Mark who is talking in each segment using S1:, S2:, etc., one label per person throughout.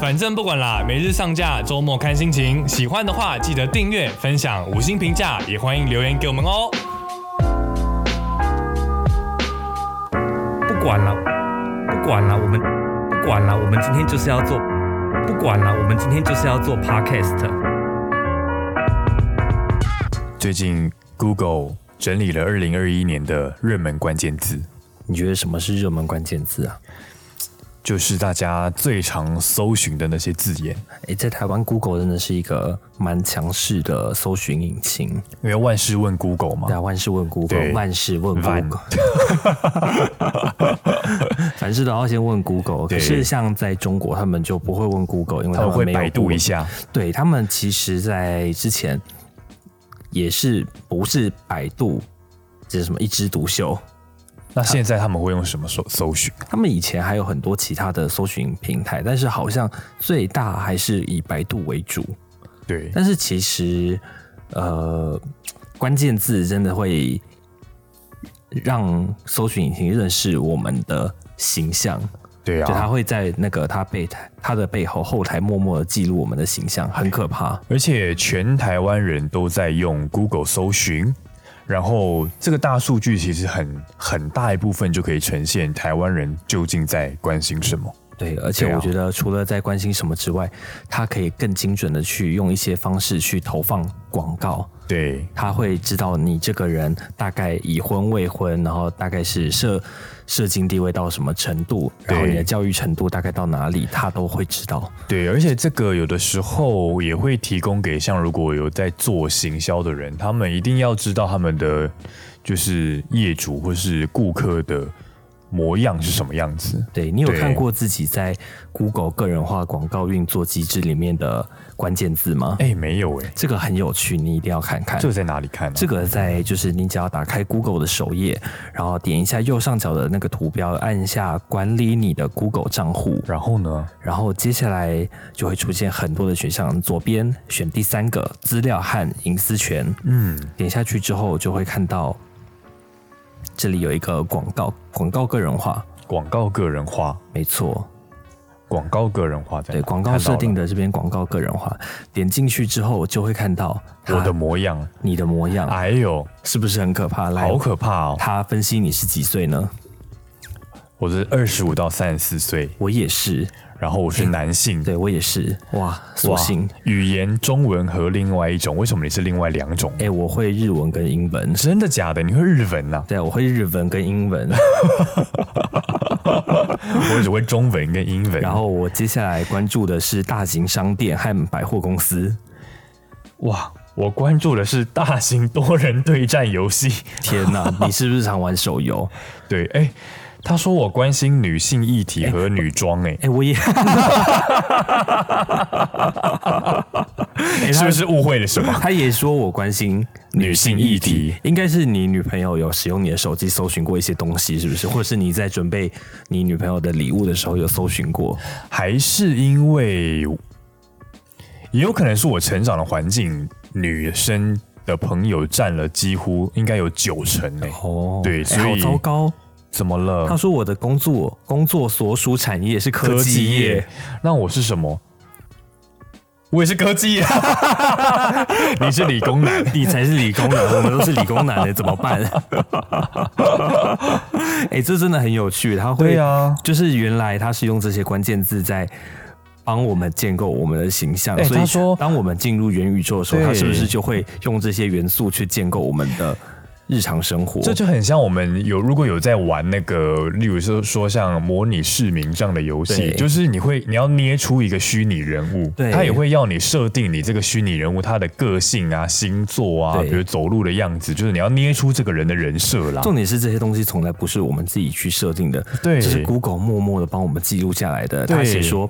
S1: 反正不管啦，每日上架，周末看心情。喜欢的话记得订阅、分享、五星评价，也欢迎留言给我们哦。
S2: 不管了，不管了，我们不管了，我们今天就是要做，不管了，我们今天就是要做 podcast。
S1: 最近 Google 整理了二零二一年的热门关键字，
S3: 你觉得什么是热门关键字啊？
S1: 就是大家最常搜寻的那些字眼。
S3: 诶，在台湾，Google 真的是一个蛮强势的搜寻引擎。
S1: 因为万事问 Google 嘛
S3: 对，啊，万事问
S1: 哦对
S3: Google，万事问
S1: 万
S3: Google，凡事都要先问 Google。
S1: 对
S3: 可是像在中国，他们就不会问 Google，因为
S1: 他们
S3: 们
S1: 会
S3: 没有
S1: 百度
S3: Google
S1: 一。下。
S3: 对他们其实，在之前也是不是百度，这是什么一枝独秀？
S1: 那现在他们会用什么搜搜寻？
S3: 他们以前还有很多其他的搜寻平台，但是好像最大还是以百度为主。
S1: 对，
S3: 但是其实，呃，关键字真的会让搜寻引擎认识我们的形象，
S1: 对
S3: 就它
S1: 啊。
S3: 会在那个它背台它的背后后台默默的记录我们的形象，很可怕。
S1: 而且全台湾人都在用 Google 搜寻，然后这个大数据其实很很大一部分就可以呈现台湾人究竟在关心什么。
S3: 对，而
S1: 对
S3: 且
S1: 啊
S3: 我觉得除了在关心什么之外，它可以更精准的去用一些方式去投放广告。
S1: 对，
S3: 他会知道你这个人大概已婚未婚，然后大概是社社经地位到什么程度，
S1: 对
S3: 然后你的教育程度大概到哪里，他都会知道。
S1: 对，而且这个有的时候也会提供给像如果有在做行销的人，他们一定要知道他们的就是业主或是顾客的模样是什么样子。
S3: 对你有
S1: 对
S3: 看过自己在 Google 个人化广告运作机制里面的关键字吗？
S1: 哎，没有哎，
S3: 这个很有趣，你一定要看看。
S1: 这个在哪里看、啊？
S3: 这个在就是你只要打开 Google 的首页，然后点一下右上角的那个图标，按下管理你的 Google 账户，
S1: 然后呢？
S3: 然后接下来就会出现很多的选项，左边选第三个资料和隐私权，
S1: 嗯，
S3: 点下去之后就会看到这里有一个广告，广告个人化，
S1: 广告个人化，
S3: 没错，
S1: 广告个人化在
S3: 对，
S1: 哪
S3: 广告
S1: 看到
S3: 设定
S1: 了
S3: 的这边广告个人化，点进去之后就会看到
S1: 我的
S3: 它
S1: 模样，
S3: 你的模样、
S1: 哎呦，
S3: 是不是很可怕？啊来
S1: 好，可怕哦！
S3: 他分析你是几岁呢？
S1: 我是二十五到三十四岁，
S3: 我也是，
S1: 然后我是男性，
S3: 对我也是，哇，
S1: 哇
S3: 索性，
S1: 语言中文和另外一种，为什么你是另外两种？
S3: 哎、我会日文跟英文，
S1: 真的假的？你会日文啊呐、
S3: 对，我会日文跟英文。
S1: 我只会中文跟英文。
S3: 然后我接下来关注的是大型商店和百货公司。
S1: 哇，我关注的是大型多人对战游戏。
S3: 天 哪，你是不是常玩手游？
S1: 对，哎、他说我关心女性议题和女装、哎、
S3: 哎、我也
S1: 是不是误会了什么？
S3: 他也说我关心
S1: 女性议题，
S3: 应该是你女朋友有使用你的手机搜寻过一些东西，是不是？或者是你在准备你女朋友的礼物的时候有搜寻过？
S1: 还是因为，也有可能是我成长的环境，女生的朋友占了几乎应该有九成、哎，
S3: 哦
S1: 对
S3: 哎
S1: 所
S3: 好
S1: 以嗯
S3: 糟糕。
S1: 怎么
S3: 他
S1: 了？
S3: 说我的工作工作所属产业是科技业，，
S1: 那我是什么？我也是科 技业， 你是理工男。
S3: 你才是理工男，我们都是理工男的，欸怎么办？ 哎、这真的很有趣，他会
S1: 对啊
S3: 就是原来他是用这些关键字在帮我们建构我们的形象，
S1: 哎
S3: 所以
S1: 他说
S3: 当我们进入元宇宙的时候，
S1: 对
S3: 他是不是就会用这些元素去建构我们的日常生活？
S1: 这就很像我们有如果有在玩那个，例如说说像模拟市民这样的游戏，
S3: 对
S1: 就是你会你要捏出一个虚拟人物，
S3: 对
S1: 他也会要你设定你这个虚拟人物他的个性啊、星座啊，
S3: 对
S1: 比如走路的样子，就是你要捏出这个人的人设 啦。
S3: 重点是这些东西从来不是我们自己去设定的，
S1: 对
S3: 这是 Google 默默的帮我们记录下来的。
S1: 对
S3: 他写说，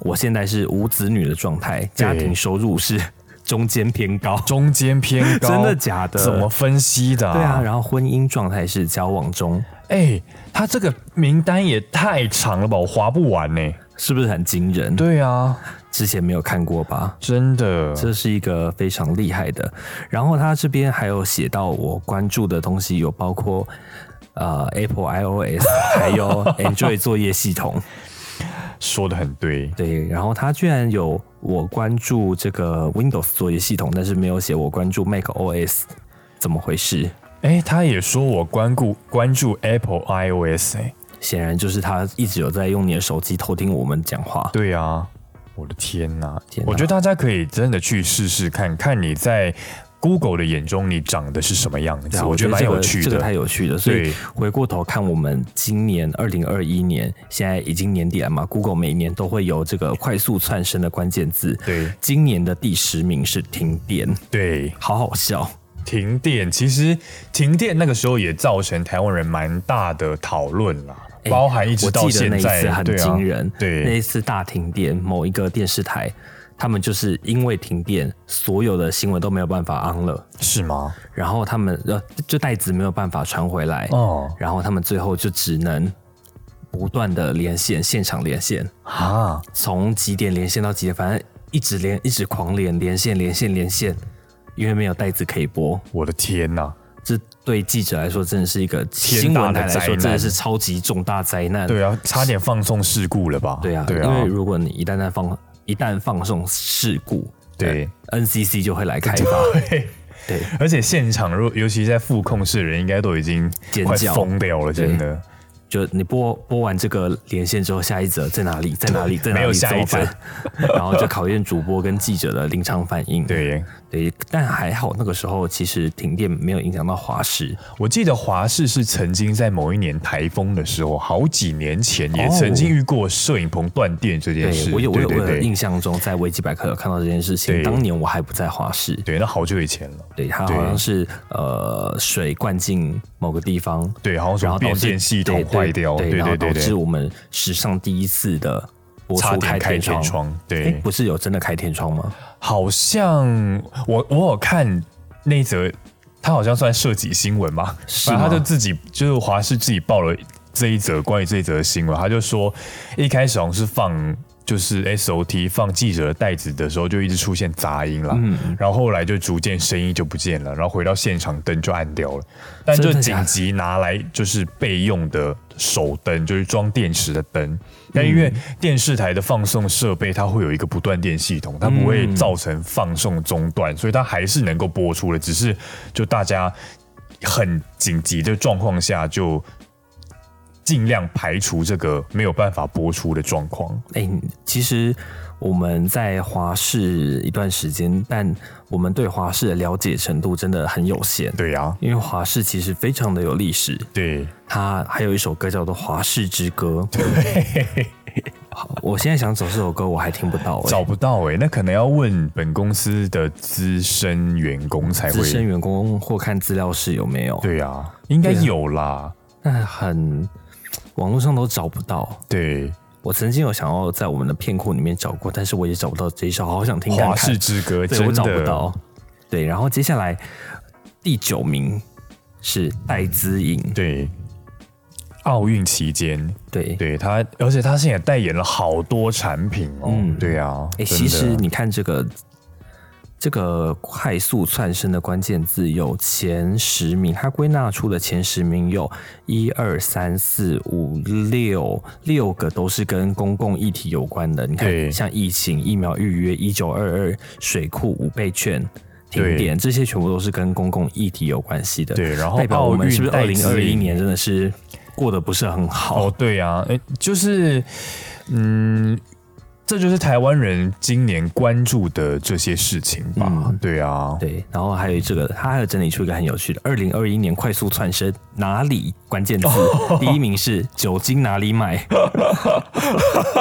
S3: 我现在是无子女的状态，家庭收入是中间偏高。
S1: 中间偏高，
S3: 真的假的
S1: 怎么分析的、
S3: 对啊，，然后婚姻状态是交往中，
S1: 哎、他这个名单也太长了吧，我划不完呢、
S3: 是不是很惊人？，
S1: 对啊，
S3: 之前没有看过吧？
S1: 真的，
S3: 这是一个非常厉害的。然后他这边还有写到我关注的东西，有包括呃 Apple iOS，还有 Android 作业系统。
S1: 说的很对，
S3: 对，然后它居然有我关注这个 Windows 作业系统，但是没有写我关注 Mac OS，怎么回事？
S1: 哎，他也说我关顾关注 Apple iOS，哎、
S3: 显然就是它一直有在用你的手机偷听我们讲话。
S1: 对啊，我的天呐！
S3: 天哪
S1: 我觉得大家可以真的去试试看，看你在 Google 的眼中你长得是什么样
S3: 对
S1: 子，
S3: 啊，
S1: 觉得蛮
S3: 这个
S1: 有趣的。
S3: 这个太有趣了。所以
S1: 对
S3: 回过头看，我们今年二零二一年，现在已经年底了嘛，Google 每年都会有这个快速窜升的关键字。
S1: 对
S3: 今年的第十名是停电，
S1: 对，
S3: 好好笑。
S1: 停电，其实停电那个时候也造成台湾人蛮大的讨论啦，
S3: 哎
S1: 包含一直
S3: 我
S1: 到
S3: 记得
S1: 现
S3: 那一
S1: 在，
S3: 次很惊人，
S1: 对啊
S3: 那
S1: 对
S3: 一次大停电，某一个电视台，他们就是因为停电，所有的新闻都没有办法 on 了，
S1: 是吗？
S3: 然后他们呃，就袋子没有办法传回来，
S1: 哦
S3: 然后他们最后就只能不断的连线，现场连线，
S1: 啊，
S3: 从几点连线到几点，反正一直连，一直狂连，连线，连线，连线，因为没有袋子可以播，
S1: 我的天呐！
S3: 这对记者来说真的是一个
S1: 天
S3: 新
S1: 大
S3: 闻
S1: 的
S3: 台来
S1: 灾
S3: 说真的
S1: 难
S3: 是超级重大灾难，
S1: 对啊，差点放送事故了吧？
S3: 嗯对啊，
S1: 对
S3: 因为
S1: 啊，
S3: 如果你一旦在放一旦放送事故，
S1: 对
S3: 呃，NCC 就会来开发，
S1: 对。
S3: 对，
S1: 而且现场，如尤其在副控室的人，应该都已经
S3: 尖
S1: 快
S3: 叫
S1: 疯掉了，真的。
S3: 就你播播完这个连线之后，下一则在哪里？在哪里？在哪里？
S1: 没有下一则
S3: 怎么办， 然后就考验主播跟记者的临场反应。
S1: 对，
S3: 对，但还好那个时候其实停电没有影响到华视，
S1: 我记得华视是曾经在某一年台风的时候，好几年前也曾经遇过摄影棚断电这件事。
S3: 我有我有
S1: 对
S3: 我有
S1: 对对
S3: 印象中在维基百科有看到这件事情，
S1: 对
S3: 当年我还不在华视，
S1: 对，那好久以前了。
S3: 对，它好
S1: 对
S3: 像是呃水灌进某个地方，
S1: 对，好像什
S3: 然
S1: 么
S3: 后导
S1: 变
S3: 致
S1: 电系统
S3: 对对
S1: 坏掉，
S3: 对，
S1: 对
S3: 然后
S1: 对
S3: 导
S1: 对
S3: 致
S1: 对，
S3: 我们史上第一次的播
S1: 差
S3: 出
S1: 点开天
S3: 天窗。
S1: 窗。
S3: 诶
S1: 对，
S3: 不是有真的开天窗吗？
S1: 好像我我有看那一则，他好像算涉及新闻吧，
S3: 是
S1: 反正他
S3: 吗
S1: 就自己就是华视自己报了这一则关于这一则的新闻，他就说一开始好像是放。就是 S O T 放记者的袋子的时候，就一直出现杂音啦。
S3: 嗯
S1: 然后后来就逐渐声音就不见了，然后回到现场灯就暗掉了。但就
S3: 真的
S1: 紧
S3: 假的
S1: 急拿来就是备用的手灯，就是装电池的灯。但因
S3: 嗯
S1: 为电视台的放送设备，它会有一个不断电系统，它不会造成放送中断，
S3: 嗯
S1: 所以它还是能够播出的。只是就大家很紧急的状况下，就尽量排除这个没有办法播出的状况。
S3: 哎、其实我们在华视一段时间，但我们对华视的了解程度真的很有限。
S1: 对呀、
S3: 因为华视其实非常的有历史，
S1: 对，
S3: 它还有一首歌叫做《华视之歌》。好，我现在想找这首歌，我还听不 到、欸。
S1: 找不到哎、那可能要问本公司的资深员工才
S3: 资深
S1: 会。
S3: 员工或看资料室有没有？
S1: 对呀、应该有啦。
S3: 但很网络上都找不到。
S1: 对，
S3: 我曾经有想要在我们的片库里面找过，但是我也找不到这一首，好想听看
S1: 华氏
S3: 看。
S1: 之歌，
S3: 对，
S1: 真
S3: 我
S1: 的
S3: 找不到。对，然后接下来第九名是戴资颖，
S1: 对，奥运期间，
S3: 对，
S1: 对他，而且他现在也代言了好多产品哦。
S3: 嗯
S1: 对啊，
S3: 哎，
S1: 真
S3: 其实
S1: 的
S3: 你看这个这个快速窜升的关键字有前十名，它归纳出的前十名有一二三四五六六个都是跟公共议题有关的。你
S1: 对
S3: 看，像疫情、疫苗预约、一九二二、水库、五倍券。
S1: 对
S3: 停电，这些全部都是跟公共议题有关系的。
S1: 对然后
S3: 代表我
S1: 奥
S3: 们
S1: 运
S3: 是不是
S1: 戴
S3: 二
S1: 资颖
S3: 零二一年真的是过得不是很好？
S1: 哦，对啊，哎，就是，嗯，这就是台湾人今年关注的这些事情吧？
S3: 嗯
S1: 对啊，
S3: 对，然后还有这个，他还有整理出一个很有趣的，二零二一年快速窜升哪里关 键字？第一名是酒精哪里买，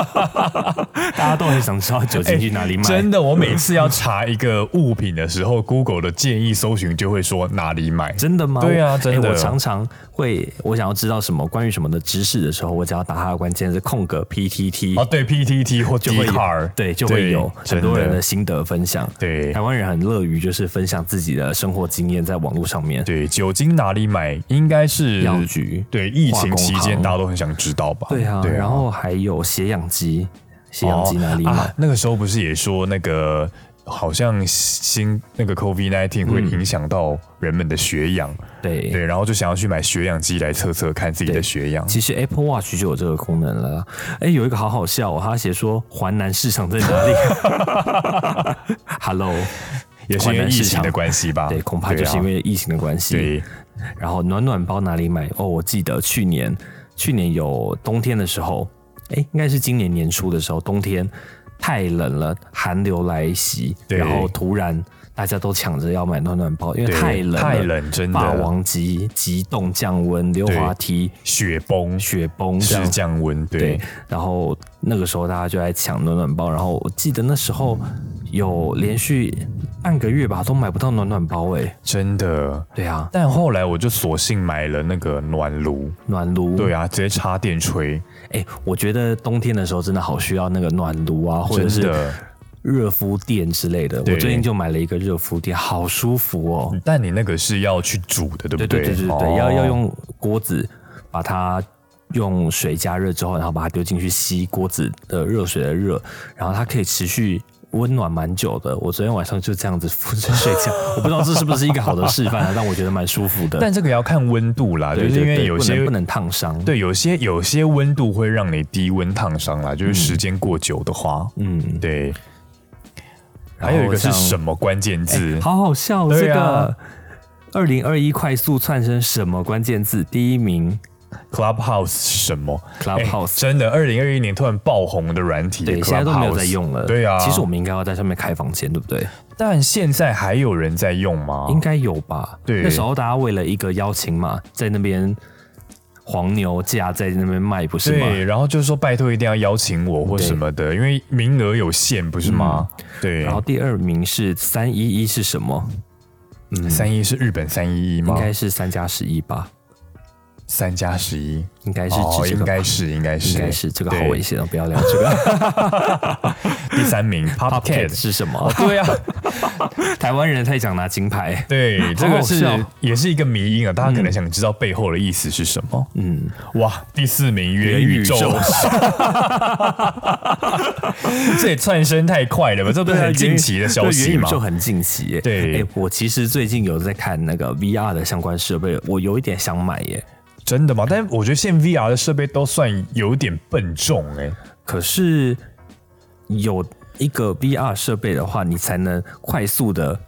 S3: 大家都很想知道酒精去哪里买。
S1: 哎真的，我每次要查一个物品的时 候，Google 的建议搜寻就会说哪里买。
S3: 真的吗？
S1: 对啊
S3: 我
S1: 真的
S3: 诶我常常会，我想要知道什么关于什么的知识的时候，我只要打它的关键字空格 PTT，、
S1: 哦，对，PTT 或
S3: 就会
S1: d c a r
S3: 对，就会有很多人的心得分享。
S1: 对
S3: 台湾人很乐于就是分享自己的生活经验在网络上面。
S1: 对酒精哪里买，应该是
S3: 药局
S1: 对，疫
S3: 化
S1: 情
S3: 工
S1: 期间
S3: 行
S1: 大家都很想知道吧？
S3: 对啊，
S1: 对
S3: 然后还有血氧机，血氧机哪里买？
S1: 哦啊那个时候不是也说那个好像新那个 COVID nineteen 会影响到人们的血氧，
S3: 嗯对
S1: 对，然后就想要去买血氧机来测测看自己的
S3: 对
S1: 血氧。
S3: 其实 Apple Watch 就有这个功能了。哎，有一个好好笑哦，他写说环南市场在哪里 ？Hello，
S1: 也是因为疫情的关系吧？
S3: 啊
S1: 啊
S3: 对，啊恐怕就是因为疫情的关系。
S1: 对啊
S3: 然后暖暖包哪里买？哦，我记得去年，去年有冬天的时候，哎，应该是今年年初的时候，冬天太冷了，寒流来袭，
S1: 对
S3: 然后突然大家都抢着要买暖暖包，因为
S1: 对
S3: 太冷了，
S1: 太冷真的
S3: 霸王级急冻降温，溜滑梯、
S1: 雪崩
S3: 雪崩这
S1: 是
S3: 样。
S1: 降温，对
S3: 对，然后那个时候大家就在抢暖暖包，然后我记得那时候有连续半个月吧都买不到暖暖包、哎，
S1: 真的。
S3: 对啊，
S1: 但后来我就索性买了那个暖炉，
S3: 暖炉，
S1: 对啊，直接插电吹，
S3: 哎、我觉得冬天的时候真的好需要那个暖炉啊，或者
S1: 真
S3: 是
S1: 的。
S3: 热敷垫之类的。
S1: 对
S3: 我最近就买了一个热敷垫，好舒服哦。
S1: 但你那个是要去煮的，对不
S3: 对对对对对，
S1: 哦
S3: 要要用锅子把它
S1: 哦
S3: 用水加热之后，然后把它丢进去吸锅子的热水的热，然后它可以持续。温暖蛮久的，我昨天晚上就这样子敷着睡觉，我不知道这是不是一个好的示范啊，但我觉得蛮舒服的。
S1: 但这个要看温度啦，
S3: 对
S1: 就是
S3: 对
S1: 因为
S3: 对
S1: 有
S3: 不
S1: 些
S3: 能不能烫伤，
S1: 对有些有些温度会让你低温烫伤啦，就是时间过久的话，
S3: 嗯，
S1: 对。
S3: 然
S1: 还
S3: 后
S1: 有一个是
S3: 像哎
S1: 什么关键字？
S3: 好好笑、哦这
S1: 对啊
S3: 个。二零二一快速窜升什么关键字？第一名
S1: Clubhouse 是什么
S3: Clubhouse
S1: 欸真的，二零二一年突然爆红的软体，
S3: 对，现在都没有在用了。
S1: 对啊，
S3: 其实我们应该要在上面开房间，对不对？
S1: 但现在还有人在用吗？
S3: 应该有吧。
S1: 哦对
S3: 那时候大家为了一个邀请码，在那边黄牛价在那边卖，不是吗？
S1: 对，然后就是说拜托一定要邀请我或什么的，因为名额有限，不是吗？对，
S3: 嗯然后第二名是三一一是什么？嗯，
S1: 三一是日本三一一
S3: 应
S1: 吗？
S3: 该是三加十一吧？
S1: 三加十一，
S3: 应该是
S1: 哦，
S3: 指这
S1: 应
S3: 个吧。
S1: 该是应该是
S3: 应该是这个好
S1: 对
S3: 危险哦！不要聊这个。
S1: 第三 名
S3: p o p c a
S1: Popcat
S3: t 是什 么？
S1: 对啊，
S3: 台湾人太想拿金牌。
S1: 对， 这
S3: 好
S1: 个
S3: 好
S1: 是
S3: 笑
S1: 也是一个迷因啊，大家可能想知道背后的意思是什么。
S3: 嗯，
S1: 哇，第四名元宇宙，
S3: 元宇
S1: 这也窜升太快了吧？这 不是很近期的消息
S3: 啊对元
S1: 吗
S3: 宇？宙很近期耶。
S1: 对
S3: 哎，我其实最近有在看那个 VR 的相关设备，我有一点想买耶。
S1: 真的吗？但我觉得现在 VR 的设备都算有点笨重哎、
S3: 可是有一个 VR 设备的话，你才能快速的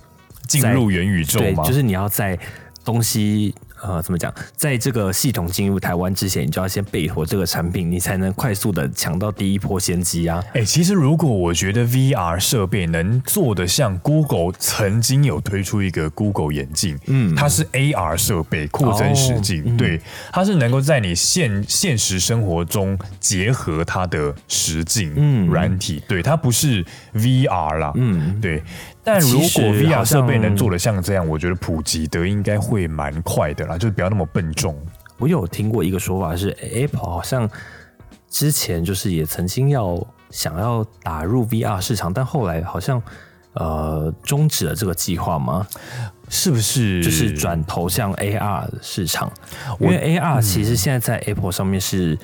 S1: 进入元宇宙
S3: 对，
S1: 吗？
S3: 就是你要在东西。呃，怎么讲？在这个系统进入台湾之前，你就要先备妥这个产品，你才能快速的抢到第一波先机啊！
S1: 哎、其实如果我觉得 VR 设备能做得像 Google 曾经有推出一个 Google 眼镜，嗯，哦它是 AR 设备扩增实境，对，它是能够在你现现实生活中结合它的实境软体，对，它不是 VR 啦，嗯，对。但如
S3: 其
S1: 果
S3: 实
S1: VR
S3: 好像
S1: 设备能做得像这样，我觉得普及的应该会蛮快的啦，就是不要那么笨重。
S3: 我有听过一个说法是，Apple 好像之前就是也曾经要想要打入 VR 市场，但后来好像呃终止了这个计划嘛，
S1: 是不是
S3: 就是转投向 AR 市场，因为 AR 其实现在在 Apple 上面是。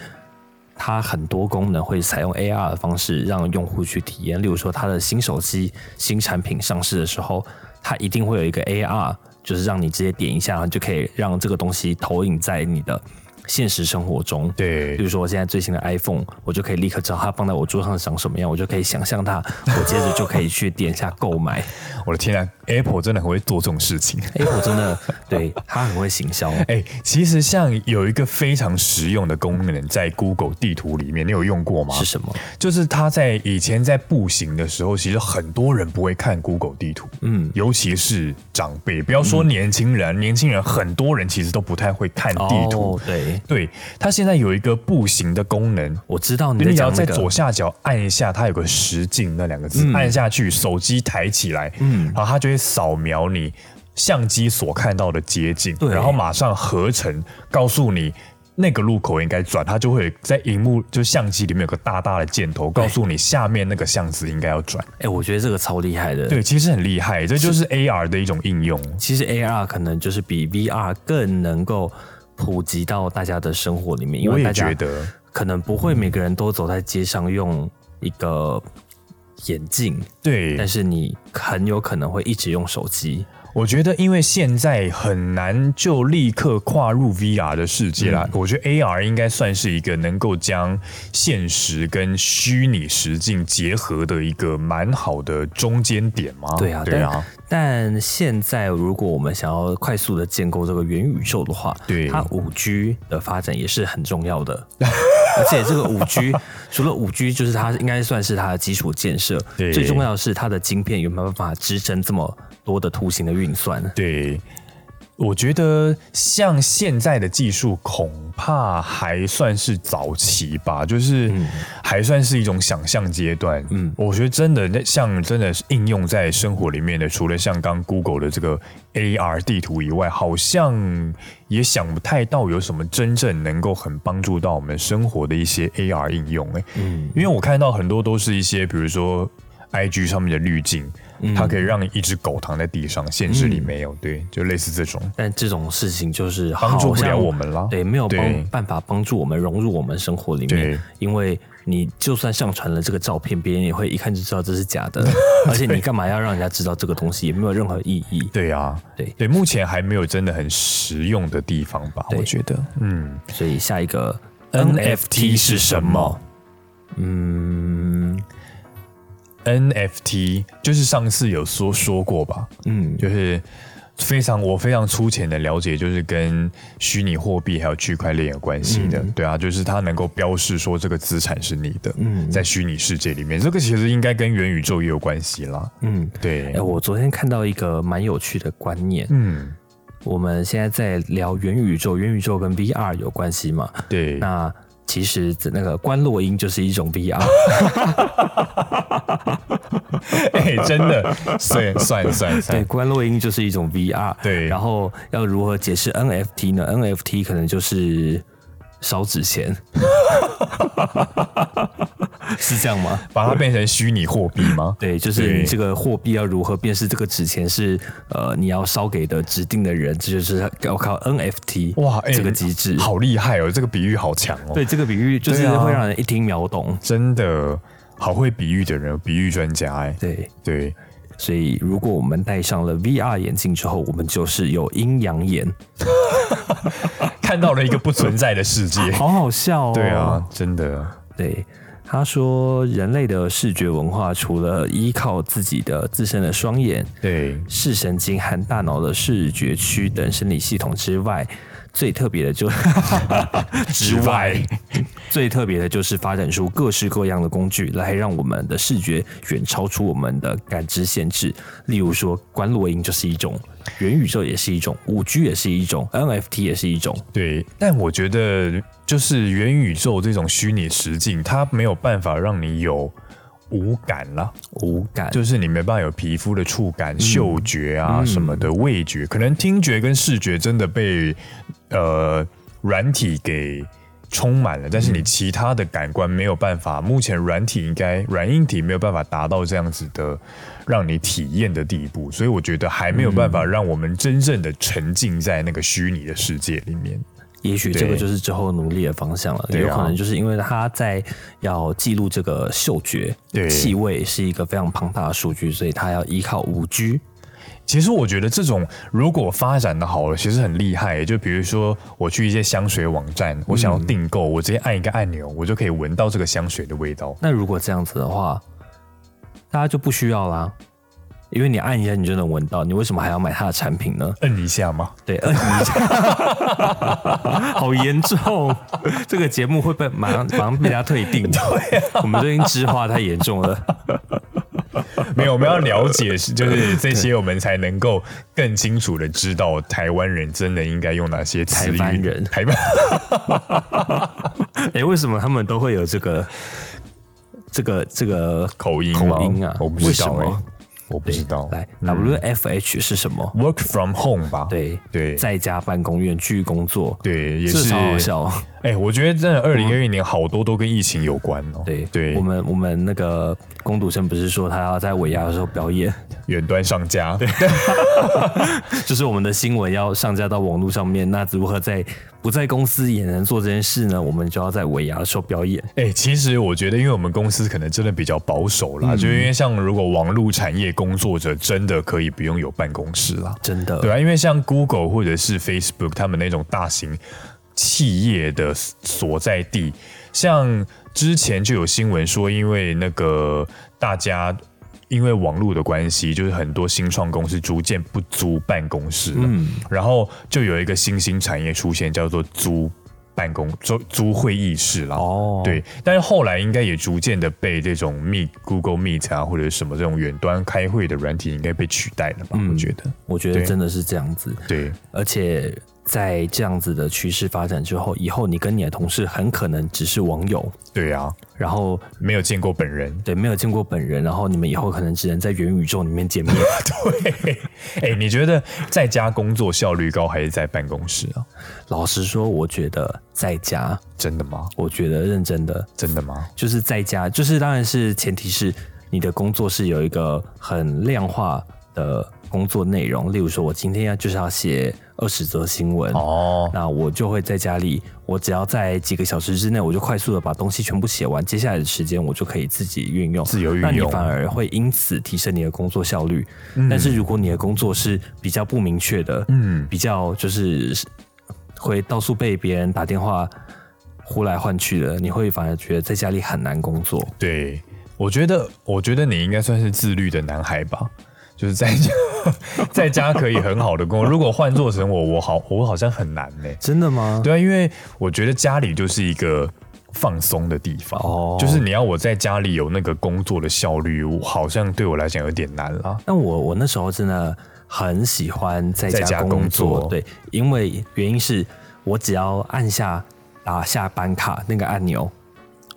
S3: 它很多功能会采用 AR 的方式让用户去体验，例如说它的新手机、新产品上市的时候，它一定会有一个 AR，就是让你直接点一下，然后就可以让这个东西投影在你的现实生活中。
S1: 对
S3: 比如说我现在最新的 iPhone，我就可以立刻知道它放在我桌上长什么样，我就可以想象它，我接着就可以去点一下购买。
S1: 我的天啊，Apple 真的很会做这种事情。
S3: Apple 真的对它很会行销。
S1: 哎、其实像有一个非常实用的功能，在 Google 地图里面，你有用过吗？
S3: 是什么？
S1: 就是它在以前在步行的时候，其实很多人不会看 Google 地图，嗯，尤其是长辈，不要说年轻人，年轻人很多人其实都不太会看地图。
S3: 嗯哦、对，
S1: 对，它现在有一个步行的功能。
S3: 我知道
S1: 就
S3: 你在
S1: 你只要
S3: 讲
S1: 在
S3: 那个。
S1: 左下角按一下，它有个实境那两个字，按下去，手机抬起来，嗯，然后它就会扫描你相机所看到的街景，
S3: 对
S1: 然后马上合成，告诉你。那个路口应该转，它就会在荧幕，就相机里面有个大大的箭头，告诉你下面那个巷子应该要转。
S3: 哎、我觉得这个超厉害的。，
S1: 对，其实很厉害，这就是 AR 的一种应用。
S3: 其实 AR 可能就是比 VR 更能够普及到大家的生活里面，因
S1: 我
S3: 为
S1: 也
S3: 大家
S1: 觉得，
S3: 可能不会每个人都走在街上用一个眼镜，
S1: 对，
S3: 但是你很有可能会一直用手机。
S1: 我觉得，因为现在很难就立刻跨入 VR 的世界
S3: 嗯
S1: 啦，我觉得 AR 应该算是一个能够将现实跟虚拟实境结合的一个蛮好的中间点嘛。
S3: 对啊
S1: 对啊，
S3: 但现在如果我们想要快速的建构这个元宇宙的话，
S1: 对
S3: 它五 G 的发展也是很重 要的。而且这个五 G 除了五 G，就是它应该算是它的基础建设，
S1: 对
S3: 最重要的是它的晶片有没有办法支撑这么多的图形的运算？
S1: 对，我觉得像现在的技术，恐怕还算是早期吧，就是还算是一种想象阶段。嗯，我觉得真的那像真的是应用在生活里面的，除了像刚 Google 的这个 AR 地图以外，好像也想不太到有什么真正能够很帮助到我们生活的一些 AR 应用、欸。嗯，因为我看到很多都是一些，比如说 IG 上面的滤镜。
S3: 嗯
S1: 它可以让一只狗躺在地上，现实里没有，对，就类似这种。
S3: 但这种事情就是
S1: 帮助不
S3: 好像
S1: 了我们啦
S3: 对，没有
S1: 对
S3: 帮办法帮助我们融入我们生活里
S1: 对
S3: 面，因为你就算上传了这个照片，别人也会一看就知道这是假 的，而且你干嘛要让人家知道这个东西，也没有任何意义。
S1: 对啊，
S3: 对
S1: 对，目前还没有真的很实用的地方吧，
S3: 对
S1: 我觉得，嗯
S3: 所以下一个
S1: NFT 是什么？
S3: 嗯
S1: ，NFT 就是上次有说说过吧，
S3: 嗯，
S1: 就是非常我非常粗浅的了解，就是跟虚拟货币还有区块链有关系的，
S3: 嗯
S1: 对啊，就是它能够标示说这个资产是你的，嗯，在虚拟世界里面，这个其实应该跟元宇宙也有关系啦，
S3: 嗯，
S1: 对
S3: 哎、，我昨天看到一个蛮有趣的观念，
S1: 嗯，
S3: 我们现在在聊元宇宙，元宇宙跟 VR 有关系嘛？
S1: 对，
S3: 那其实那个观落音就是一种 VR，
S1: 哎、真的，算算算
S3: 对，
S1: 算，
S3: 观落音就是一种 VR，
S1: 对
S3: 然后要如何解释 NFT 呢？NFT 可能就是烧纸钱， 是这样吗？
S1: 把它变成虚拟货币吗？
S3: 对，就是
S1: 对
S3: 你这个货币要如何辨识这个纸钱是呃你要烧给的指定的人，这就是要靠 NFT
S1: 哇，哎、
S3: 这个机制。
S1: 好厉害哦，这个比喻好强哦，
S3: 对，这个比喻就是
S1: 对啊
S3: 会让人一听秒懂。
S1: 真的好会比喻的人，比喻专家哎、
S3: 对，
S1: 对，
S3: 所以如果我们戴上了 VR 眼镜之后，我们就是有阴阳眼，
S1: 看到了一个不存在的 世界，
S3: 好好笑哦。
S1: 对啊，，真的，
S3: 对。他说，人类的视觉文化除了依靠自己的自身的双眼、
S1: 对，
S3: 视神经和大脑的视觉区等生理系统之外，最特别的就 之外，最特别的就是发展出各式各样的工具来让我们的视觉远超出我们的感知限制。例如说，观落音就是一种，元宇宙也是一种，五 G 也是一种，NFT 也是一种。
S1: 对，但我觉得就是元宇宙这种虚拟实境，它没有办法让你有无感啦，
S3: 无感，
S1: 就是你没办法有皮肤的触感、嗅觉啊、什么的，味觉，可能听觉跟视觉真的被呃软体给充满了，但是你其他的感官没有办法。目前软体应该软硬体没有办法达到这样子的让你体验的地步，所以我觉得还没有办法让我们真正的沉浸在那个虚拟的世界里面。
S3: 也许这个
S1: 对
S3: 就是之后努力的方向了。
S1: 对啊
S3: 有可能就是因为他在要记录这个嗅觉
S1: 对、
S3: 气味是一个非常庞大的数据，所以他要依靠五 G。
S1: 其实我觉得这种如果发展的好了，其实很厉害。就比如说我去一些香水网站，
S3: 嗯
S1: 我想要订购，我直接按一个按钮，我就可以闻到这个香水的味道。
S3: 那如果这样子的话，大家就不需要啦，因为你按一下你就能闻到，你为什么还要买它的产品呢？
S1: 摁一下 吗？
S3: 对，摁一下，好严重，这个节目会被马上马上被他退订。 对、啊我们最近知化太严重了。
S1: 没有，我们要了解，就是这些，我们才能够更清楚的知道台湾人真的应该用哪些词语。
S3: 台湾人
S1: 台湾
S3: 哎、为什么他们都会有这个这个这个
S1: 口音吗
S3: 口音啊？
S1: 我不知道、
S3: 为什
S1: 欸
S3: 么，
S1: 我不知道。
S3: 来、WFH 是什么？
S1: work from home 吧？
S3: 对
S1: 对
S3: 在家办公、远距工作，
S1: 对，也
S3: 这
S1: 是
S3: 超好笑哦。
S1: 哎、我觉得真的二零二一年好多都跟疫情有关哦。
S3: 对
S1: 对，
S3: 我们我们那个龚读生不是说他要在尾牙的时候 表演，
S1: 远端上架， 对，
S3: 就是我们的新闻要上架到网络上面，那如何在不在公司也能做这件事呢？我们就要在尾牙的时候表演。
S1: 哎、其实我觉得，因为我们公司可能真的比较保守啦，就因为像如果网络产业工作者真的可以不用有办公室啦，
S3: 真的，
S1: 对啊，因为像 Google 或者是 Facebook 他们那种大型企业的所在地，像之前就有新闻说，因为那个大家。因为网络的关系，就是很多新创公司逐渐不租办公室了，然后就有一个新兴产业出现，叫做租办公租租会议室啦。
S3: 哦，，
S1: 对，但是后来应该也逐渐的被这种 Meet、Google Meet 啊，或者什么这种远端开会的软体应该被取代了吧？我觉得，
S3: 我觉得
S1: 对
S3: 真的是这样子，
S1: 对，
S3: 而且。在这样子的趋势发展之后，以后你跟你的同事很可能只是网友，
S1: 对啊，
S3: 然后
S1: 没有见过本 人。
S3: 对没有见过本人，然后你们以后可能只能在元宇宙里面见面。
S1: 对，哎、你觉得在家工作效率高还是在办公室啊？
S3: 老实说，我觉得在家，
S1: 真的吗？
S3: 我觉得认真的
S1: 真的吗？
S3: 就是在家，就是当然是前提是你的工作是有一个很量化的工作内容，例如说我今天要就是要写二十则新闻。
S1: 哦，
S3: 那我就会在家里，我只要在几个小时之内，我就快速的把东西全部写完，接下来的时间我就可以自己运用，
S1: 自由运
S3: 那你
S1: 用
S3: 反而会因此提升你的工作效率。但是如果你的工作是比较不明确的，
S1: 嗯，
S3: 比较就是会到处被别人打电话呼来唤去的，你会反而觉得在家里很难工作。
S1: 对，我觉得，我觉得你应该算是自律的男孩吧，就是在 家，在家可以很好的工作。如果换做成我，我好，我好像很难呢、
S3: 真的吗？
S1: 对啊，因为我觉得家里就是一个放松的地方，
S3: 哦
S1: 就是你要我在家里有那个工作的效率，我好像对我来讲有点难啦。
S3: 但我我那时候真的很喜欢在
S1: 在家
S3: 家工
S1: 工作
S3: 对，因为原因是我只要按下打下班卡那个按钮，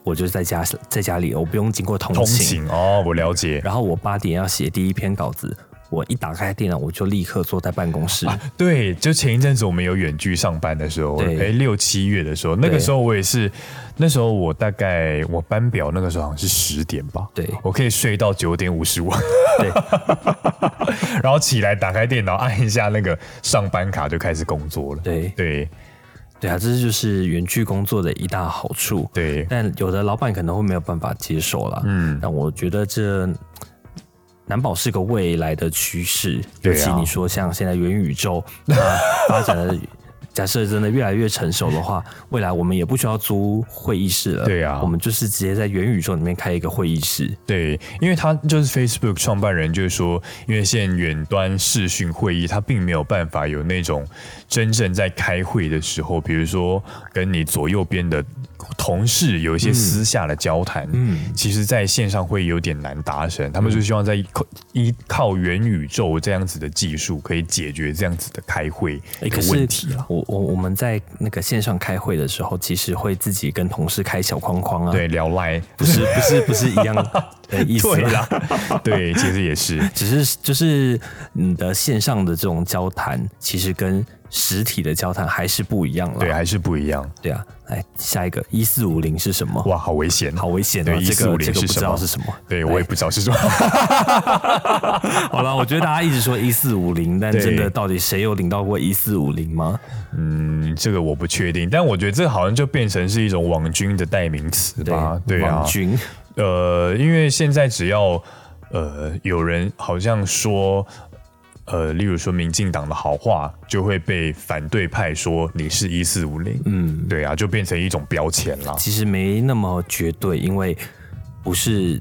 S3: 我就在家在家里，我不用经过通
S1: 通
S3: 勤。
S1: 勤哦，我了解。
S3: 然后我八点要写第一篇稿子，我一打开电脑我就立刻坐在办公室。
S1: 啊对，就前一阵子我们有远距上班的时候，
S3: 对
S1: 哎，六七月的时候，那个时候我也是，那时候我大概我班表那个时候好像是十点吧，
S3: 对
S1: 我可以睡到九点五十五，
S3: 对，
S1: 然后起来打开电脑按一下那个上班卡就开始工作了。
S3: 对
S1: 对
S3: 对啊，这就是远距工作的一大好处。
S1: 对，
S3: 但有的老板可能会没有办法接受啦。
S1: 嗯，
S3: 但我觉得这难保是个未来的趋势，
S1: 对
S3: 尤
S1: 啊
S3: 其你说像现在元 宇宙，那发展的假设真的越来越成熟的话，未来我们也不需要租会议室了，
S1: 对啊
S3: 我们就是直接在元宇宙里面开一个会议室，
S1: 对，因为他就是 Facebook 创办人，就是说，因为现在远端视讯会议，他并没有办法有那种真正在开会的时候，比如说跟你左右边的同事有一些私下的交谈，嗯，其实在线上会议有点难达成，他们就希望在依靠依靠元宇宙这样子的技术，可以解决这样子的开会
S3: 诶可
S1: 的
S3: 是
S1: 问题啊了。
S3: 我我我们在那个线上开会的时候，其实会自己跟同事开小框框啊，，
S1: 对，聊赖
S3: 不是不是不是一样 的意思
S1: 对
S3: 啦。啊
S1: 啦，对，其实也是，
S3: 只是就是你的线上的这种交谈，其实跟实体的交谈还是不一样了。
S1: 对，还是不一样。
S3: 对啊，来下一个一四五零是什么？
S1: 哇，好危险，
S3: 好危险啊！
S1: 对
S3: 这个
S1: 1450
S3: 这个不
S1: 是
S3: 知
S1: 什
S3: 道
S1: 么
S3: 是什么。
S1: 对，我也不知道是什么。
S3: 好了，我觉得大家一直说一四五零，但
S1: 对
S3: 真的到底谁有领到过一四五零吗？
S1: 嗯，这个我不确定，但我觉得这好像就变成是一种网军的代名词吧？对啊
S3: 网，军
S1: 呃，因为现在只要呃有人好像说。呃，例如说民进党的好话，就会被反对派说你是一四五零，嗯，对啊，就变成一种标签啦。
S3: 其实没那么绝对，因为不是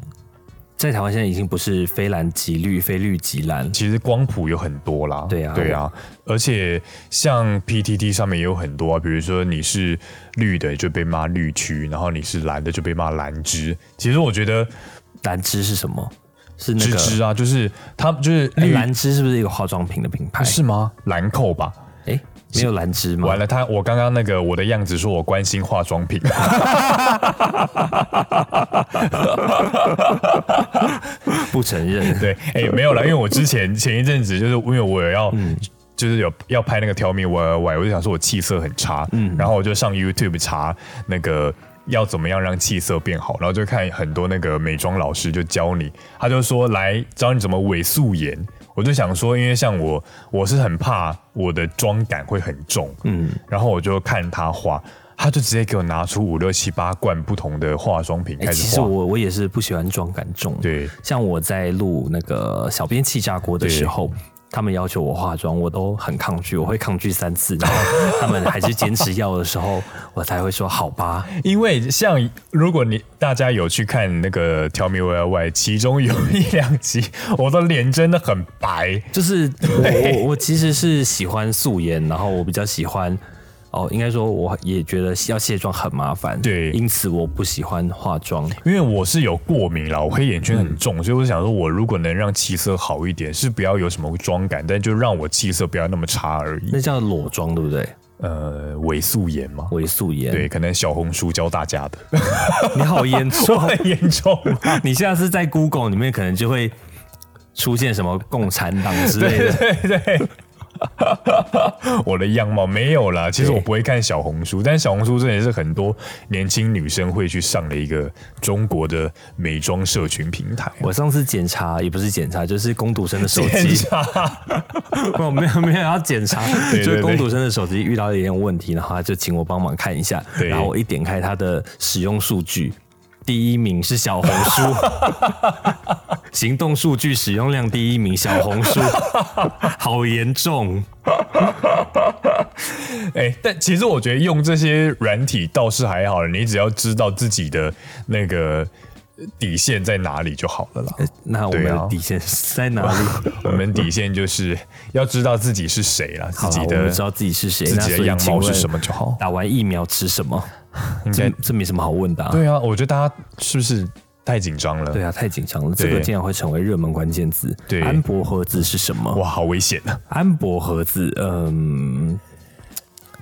S3: 在台湾现在已经不是非蓝即绿，非绿即蓝。
S1: 其实光谱有很多啦，
S3: 对啊
S1: 对啊，而且像 PTT 上面也有很多啊，比如说你是绿的就被骂绿区，然后你是蓝的就被骂蓝支。其实我觉得
S3: 蓝汁是什么？是那
S1: 芝
S3: 个
S1: 芝啊，就是他就是
S3: 哎
S1: 绿、
S3: 兰芝是不是一个化妆品的品牌？
S1: 是吗？哎兰蔻吧。
S3: 哎，没有兰芝吗？
S1: 完了他，我刚刚那个我的样子说我关心化妆品，
S3: 不承认。 嗯
S1: 对，哎、没有啦，因为我之前前一阵子就是因为我有要就是有要拍那个 Tell Me Why Why，我就想说我气色很差，嗯，然后我就上 YouTube 查那个要怎么样让气色变好，然后就看很多那个美妆老师就教你，他就说来教你怎么伪素颜。我就想说，因为像我，我是很怕我的妆感会很重，嗯，然后我就看他画，他就直接给我拿出五六七八罐不同的化妆品
S3: 哎、
S1: 开
S3: 其
S1: 始
S3: 实
S1: 画，
S3: 我我也是不喜欢妆感重。，
S1: 对，
S3: 像我在录那个小编气炸锅的时候，他们要求我化妆，我都很抗拒，我会抗拒三次，然后他们还是坚持要的时候， 我才会说好吧。
S1: 因为像如果你大家有去看那个《Tell Me Why Why》，其中有一两集，我的脸真的很白，
S3: 就是我我我其实是喜欢素颜，然后我比较喜欢。哦，应该说我也觉得要卸妆很麻烦，
S1: 对
S3: 因此我不喜欢化妆。
S1: 因为我是有过敏啦，我黑眼圈很重，所以我想说，我如果能让气色好一点，是不要有什么妆感，但就让我气色不要那么差而已
S3: 那。叫裸妆，对不对？
S1: 呃，伪素颜嘛，
S3: 伪素颜。
S1: 对，，可能小红书教大家 的，
S3: 你好严
S1: 都
S3: 重，
S1: 很严重。
S3: 你下次在 Google 里面可能就会出现什么共产党之类的。
S1: 我的样貌没有啦，其实
S3: 对
S1: 我不会看小红书，但小红书这也是很多年轻女生会去上的一个中国的美妆社群平台。
S3: 我上次检查也不是检查，就是工读生的手
S1: 检
S3: 机，
S1: 查
S3: 我 没有没有要检查，
S1: 对对
S3: 就是工读生的手机遇到一点问题，然后他就请我帮忙看一下，
S1: 对
S3: 然后我一点开他的使用数据，第一名是小红 书，行动数据使用量第一名小红 书，好严重。
S1: 哎、但其实我觉得用这些软体倒是还好了，你只要知道自己的那个底线在哪里就好了啦。
S3: 那我们
S1: 对啊
S3: 的底线是在哪里？
S1: 我们底线就是要知道自己是谁啦，自
S3: 好啦
S1: 己
S3: 我
S1: 的
S3: 们知道自己是谁，
S1: 自
S3: 那
S1: 己
S3: 所
S1: 的
S3: 以
S1: 样
S3: 请
S1: 貌是
S3: 问
S1: 什么就好。
S3: 打完疫苗吃什么？这这没什么好问的、啊。
S1: 对啊，我觉得大家是不是太紧张了？
S3: 对啊，太紧张了，这个
S1: 对
S3: 竟然会成为热门关键字。
S1: 对
S3: 安博盒子是什么？
S1: 哇，好危险啊！
S3: 安博盒子，嗯，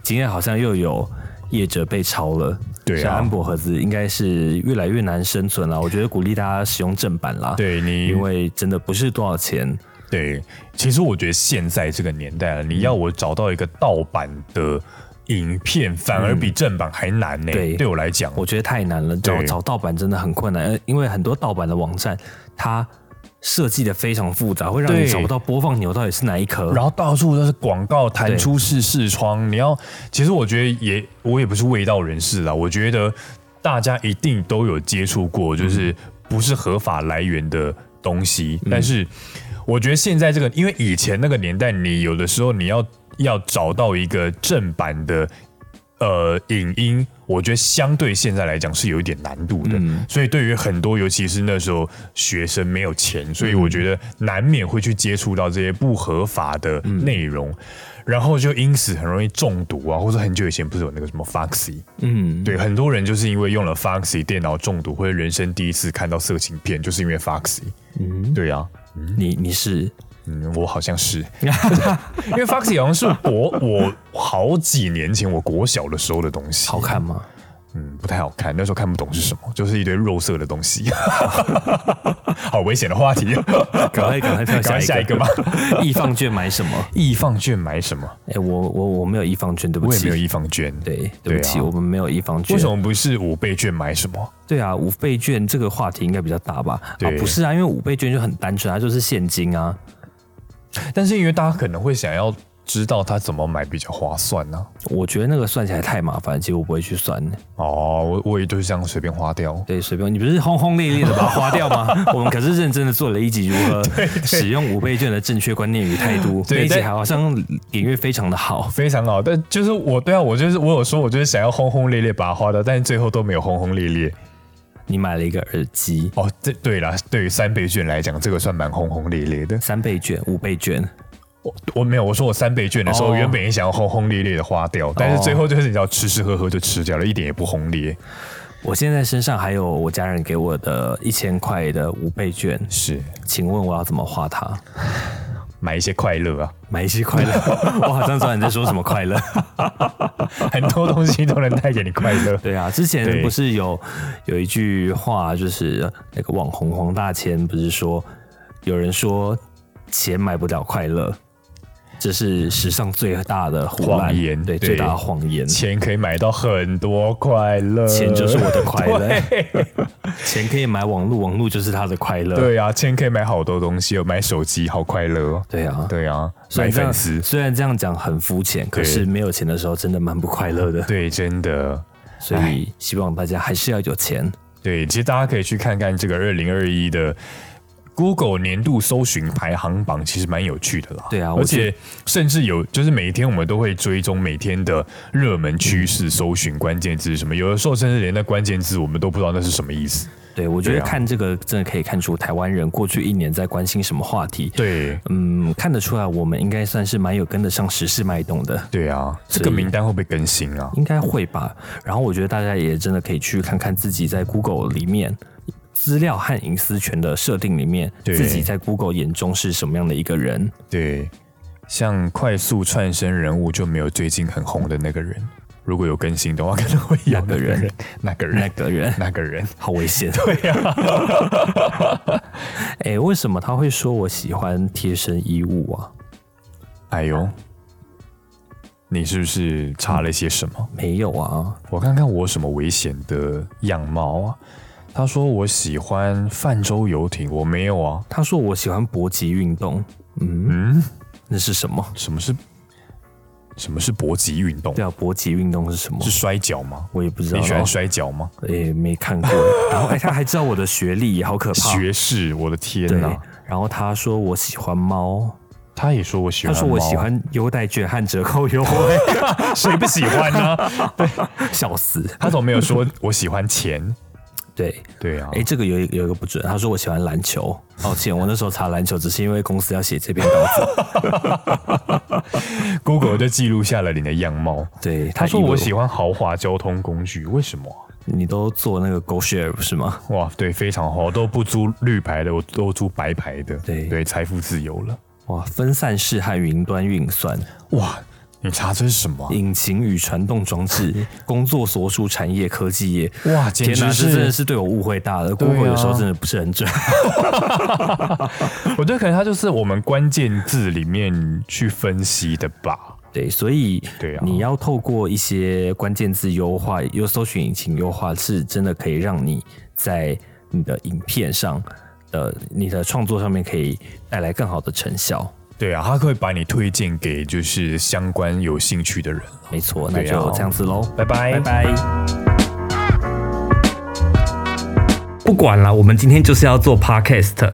S3: 今天好像又有业者被抄了。
S1: 对啊
S3: 像安博盒子应该是越来越难生存了。我觉得鼓励大家使用正版啦。，
S1: 对你，
S3: 因为真的不是多少钱。
S1: 对，其实我觉得现在这个年代了，你要我找到一个盗版的影片，反而比正版还难呢、
S3: 对
S1: 对我来讲，
S3: 我觉得太难了，找
S1: 对
S3: 找盗版真的很困难，呃因为很多盗版的网站它设计的非常复杂，会让你
S1: 对
S3: 找不到播放钮到底是哪一颗。
S1: 然后到处都是广告弹出式视窗，你要，其实我觉得也我也不是卫道人士啦，我觉得大家一定都有接触过，
S3: 嗯
S1: 就是不是合法来源的东西，但是我觉得现在这个，因为以前那个年代，你有的时候你要要找到一个正版的。呃，影音，我觉得相对现在来讲是有一点难度的，
S3: 嗯
S1: 所以对于很多，尤其是那时候学生没有钱，所
S3: 嗯
S1: 以我觉得难免会去接触到这些不合法的
S3: 嗯
S1: 内容，然后就因此很容易中毒啊，或者很久以前不是有那个什么 Foxy，
S3: 嗯，
S1: 对，很多人就是因为用了 Foxy 电脑中毒，或者人生第一次看到色情片，就是因为 Foxy，嗯，对啊。
S3: 你你是
S1: 嗯，我好像 是，因为 Foxy 好像是我我好几年前我国小的时候的东西，
S3: 好看吗？
S1: 嗯，不太好看，那时候看不懂是什么，就是一堆肉色的东西， 好危险的话题。
S3: 赶快赶快跳
S1: 赶快
S3: 下
S1: 下
S3: 一
S1: 一
S3: 个
S1: 个吧。
S3: 易放券买什么？
S1: 易放券买什么？
S3: 哎、我我我没有易放券，对不
S1: 我也没
S3: 起
S1: 有。易放券。
S3: 对，对不起，
S1: 啊
S3: 我们没有易放券。
S1: 为什么不是五倍券买什么？
S3: 对啊，五倍券这个话题应该比较大吧？啊
S1: 对，
S3: 不是啊，因为五倍券就很单纯，它就是现金啊。
S1: 但是因为大家可能会想要知道它怎么买比较划算呢、
S3: 我觉得那个算起来太麻烦，其实我不会去算。
S1: 哦，我我也就是这样随便花掉。
S3: 对，随便你不是轰轰烈烈的把它花 掉吗？我们可是认真的做了一集如何使用五倍券的正确观念与态度，
S1: 对
S3: 那一集
S1: 但
S3: 好像点阅非常的好。
S1: 非常好，但就是我对啊，我就是我有说，我就是想要轰轰烈烈把它花掉，但是最后都没有轰轰烈烈。
S3: 你买了一个耳机，
S1: 哦，这对啦，对于三倍券来讲，这个算蛮轰轰烈烈的。
S3: 三倍券、五倍券，
S1: 我我没有，我说我三倍券的时候，
S3: 哦
S1: 原本也想要轰轰烈烈的花掉，但是最后就是你知道吃吃喝喝就吃掉了，一点也不轰烈。
S3: 我现在身上还有我家人给我的一千块的五倍券，
S1: 是
S3: 请问我要怎么花它？
S1: 买一些快乐啊，
S3: 买一些快乐， 我好像知道你在说什么快乐。
S1: 很多东西都能带给你快乐。
S3: 对啊，之前
S1: 对
S3: 不是有有一句话，就是那个网红黄大千不是说，有人说钱买不了快乐，这是史上最大的胡
S1: 谎
S3: 乱
S1: 言
S3: 对
S1: 对
S3: 最大的谎言。
S1: 钱可以买到很多快乐，
S3: 钱就是我的快乐
S1: 对
S3: 钱可以买网络，网络就是他的快乐。
S1: 对啊，钱可以买好多东西哦，买手机好快乐哦。
S3: 对啊，
S1: 对啊，买
S3: 虽然这
S1: 粉
S3: 样
S1: 丝，
S3: 虽然这样讲很肤浅，可
S1: 对
S3: 是没有钱的时候真的蛮不快乐的。
S1: 对，真的。
S3: 所以希望大家还是要有钱。
S1: 对，其实大家可以去看看这个二零二一的 Google 年度搜寻排行榜，其实蛮有趣的啦。
S3: 对啊我
S1: 而且甚至有就是每一天我们都会追踪每天的热门趋势、搜寻关键字是什么，有的时候甚至连那关键字我们都不知道那是什么意思。
S3: 对我觉得
S1: 对啊
S3: 看这个真的可以看出台湾人过去一年在关心什么话题。
S1: 对，
S3: 嗯，看得出来，我们应该算是蛮有跟得上时事脉动的，
S1: 对啊，这
S3: 所
S1: 个
S3: 以嗯
S1: 名单会不会更新啊？
S3: 应该会吧。然后我觉得大家也真的可以去看看自己在 Google 里面资料和隐私权的设定里面，
S1: 对
S3: 自己在 Google 眼中是什么样的一 个人。
S1: 对，像快速串升人物就没有最近很红的那个人，如果有更新的话，可能会有那
S3: 那个
S1: 个
S3: 人
S1: 人，那个
S3: 那
S1: 人，
S3: 个人
S1: 那个人。
S3: 好危险，对呀、
S1: 啊
S3: 哎、为什么他会说我喜欢贴身衣物啊？
S1: 哎呦，你是不是查了些什么？
S3: 没有啊，
S1: 我看看我有什么危险的样貌啊？他说我喜欢泛舟游艇，我没有啊。
S3: 他说我喜欢搏击运动，嗯，
S1: 嗯，
S3: 那是什么？
S1: 什么是什么是搏击运动？
S3: 对啊，搏击运动是什么
S1: 是？摔跤吗？
S3: 我也不知道。
S1: 你喜欢
S3: 然后
S1: 摔跤吗？
S3: 也、没看过。 然后哎、他还知道我的学历，好可怕。
S1: 学士，我的天
S3: 对
S1: 哪、，
S3: 然后他说我喜欢猫，
S1: 他也说我喜
S3: 他
S1: 欢，啊
S3: 说我喜，欢优待券和折扣优惠，
S1: 谁不喜欢呢？
S3: 笑死。
S1: 他怎么没有说我喜欢钱？
S3: 对，
S1: 对啊
S3: 哎、，这个有一有一个不准，他说我喜欢篮球。
S1: 哦
S3: 抱歉，我那时候查篮球只是因为公司要写这篇 稿子。
S1: Google 就记录下了你的样貌。
S3: 对，
S1: 他说
S3: 以为
S1: 我喜欢豪华交通工具，为什么啊？
S3: 你都做那个 Go Share 不是吗？
S1: 哇，对，非常好，我都不租绿牌的，我都租白牌的。
S3: 对
S1: 对，财富自由了。
S3: 哇，分散式和云端运算、
S1: 哇，你查这是什么啊、
S3: 引擎与传动装 置、工作所属产业、科技业。
S1: 哇，简
S3: 天
S1: 直
S3: 哪，这真的
S1: 是！
S3: 是对我误会大了。
S1: 啊
S3: Google 有时候真的不是很准。
S1: 我觉得可能它就是我们关键字里面去分析的吧。
S3: 对，所以
S1: 对啊
S3: 你要透过一些关键字优化，又搜寻引擎优化，是真的可以让你在你的影片上的你的创作上面可以带来更好的成效。
S1: 对啊，它会把你推荐给就是相关有兴趣的人。
S3: 没错，那
S1: 对啊
S3: 就这样子喽，
S1: 拜拜，
S3: 拜拜。
S2: 不管了，我们今天就是要做 podcast。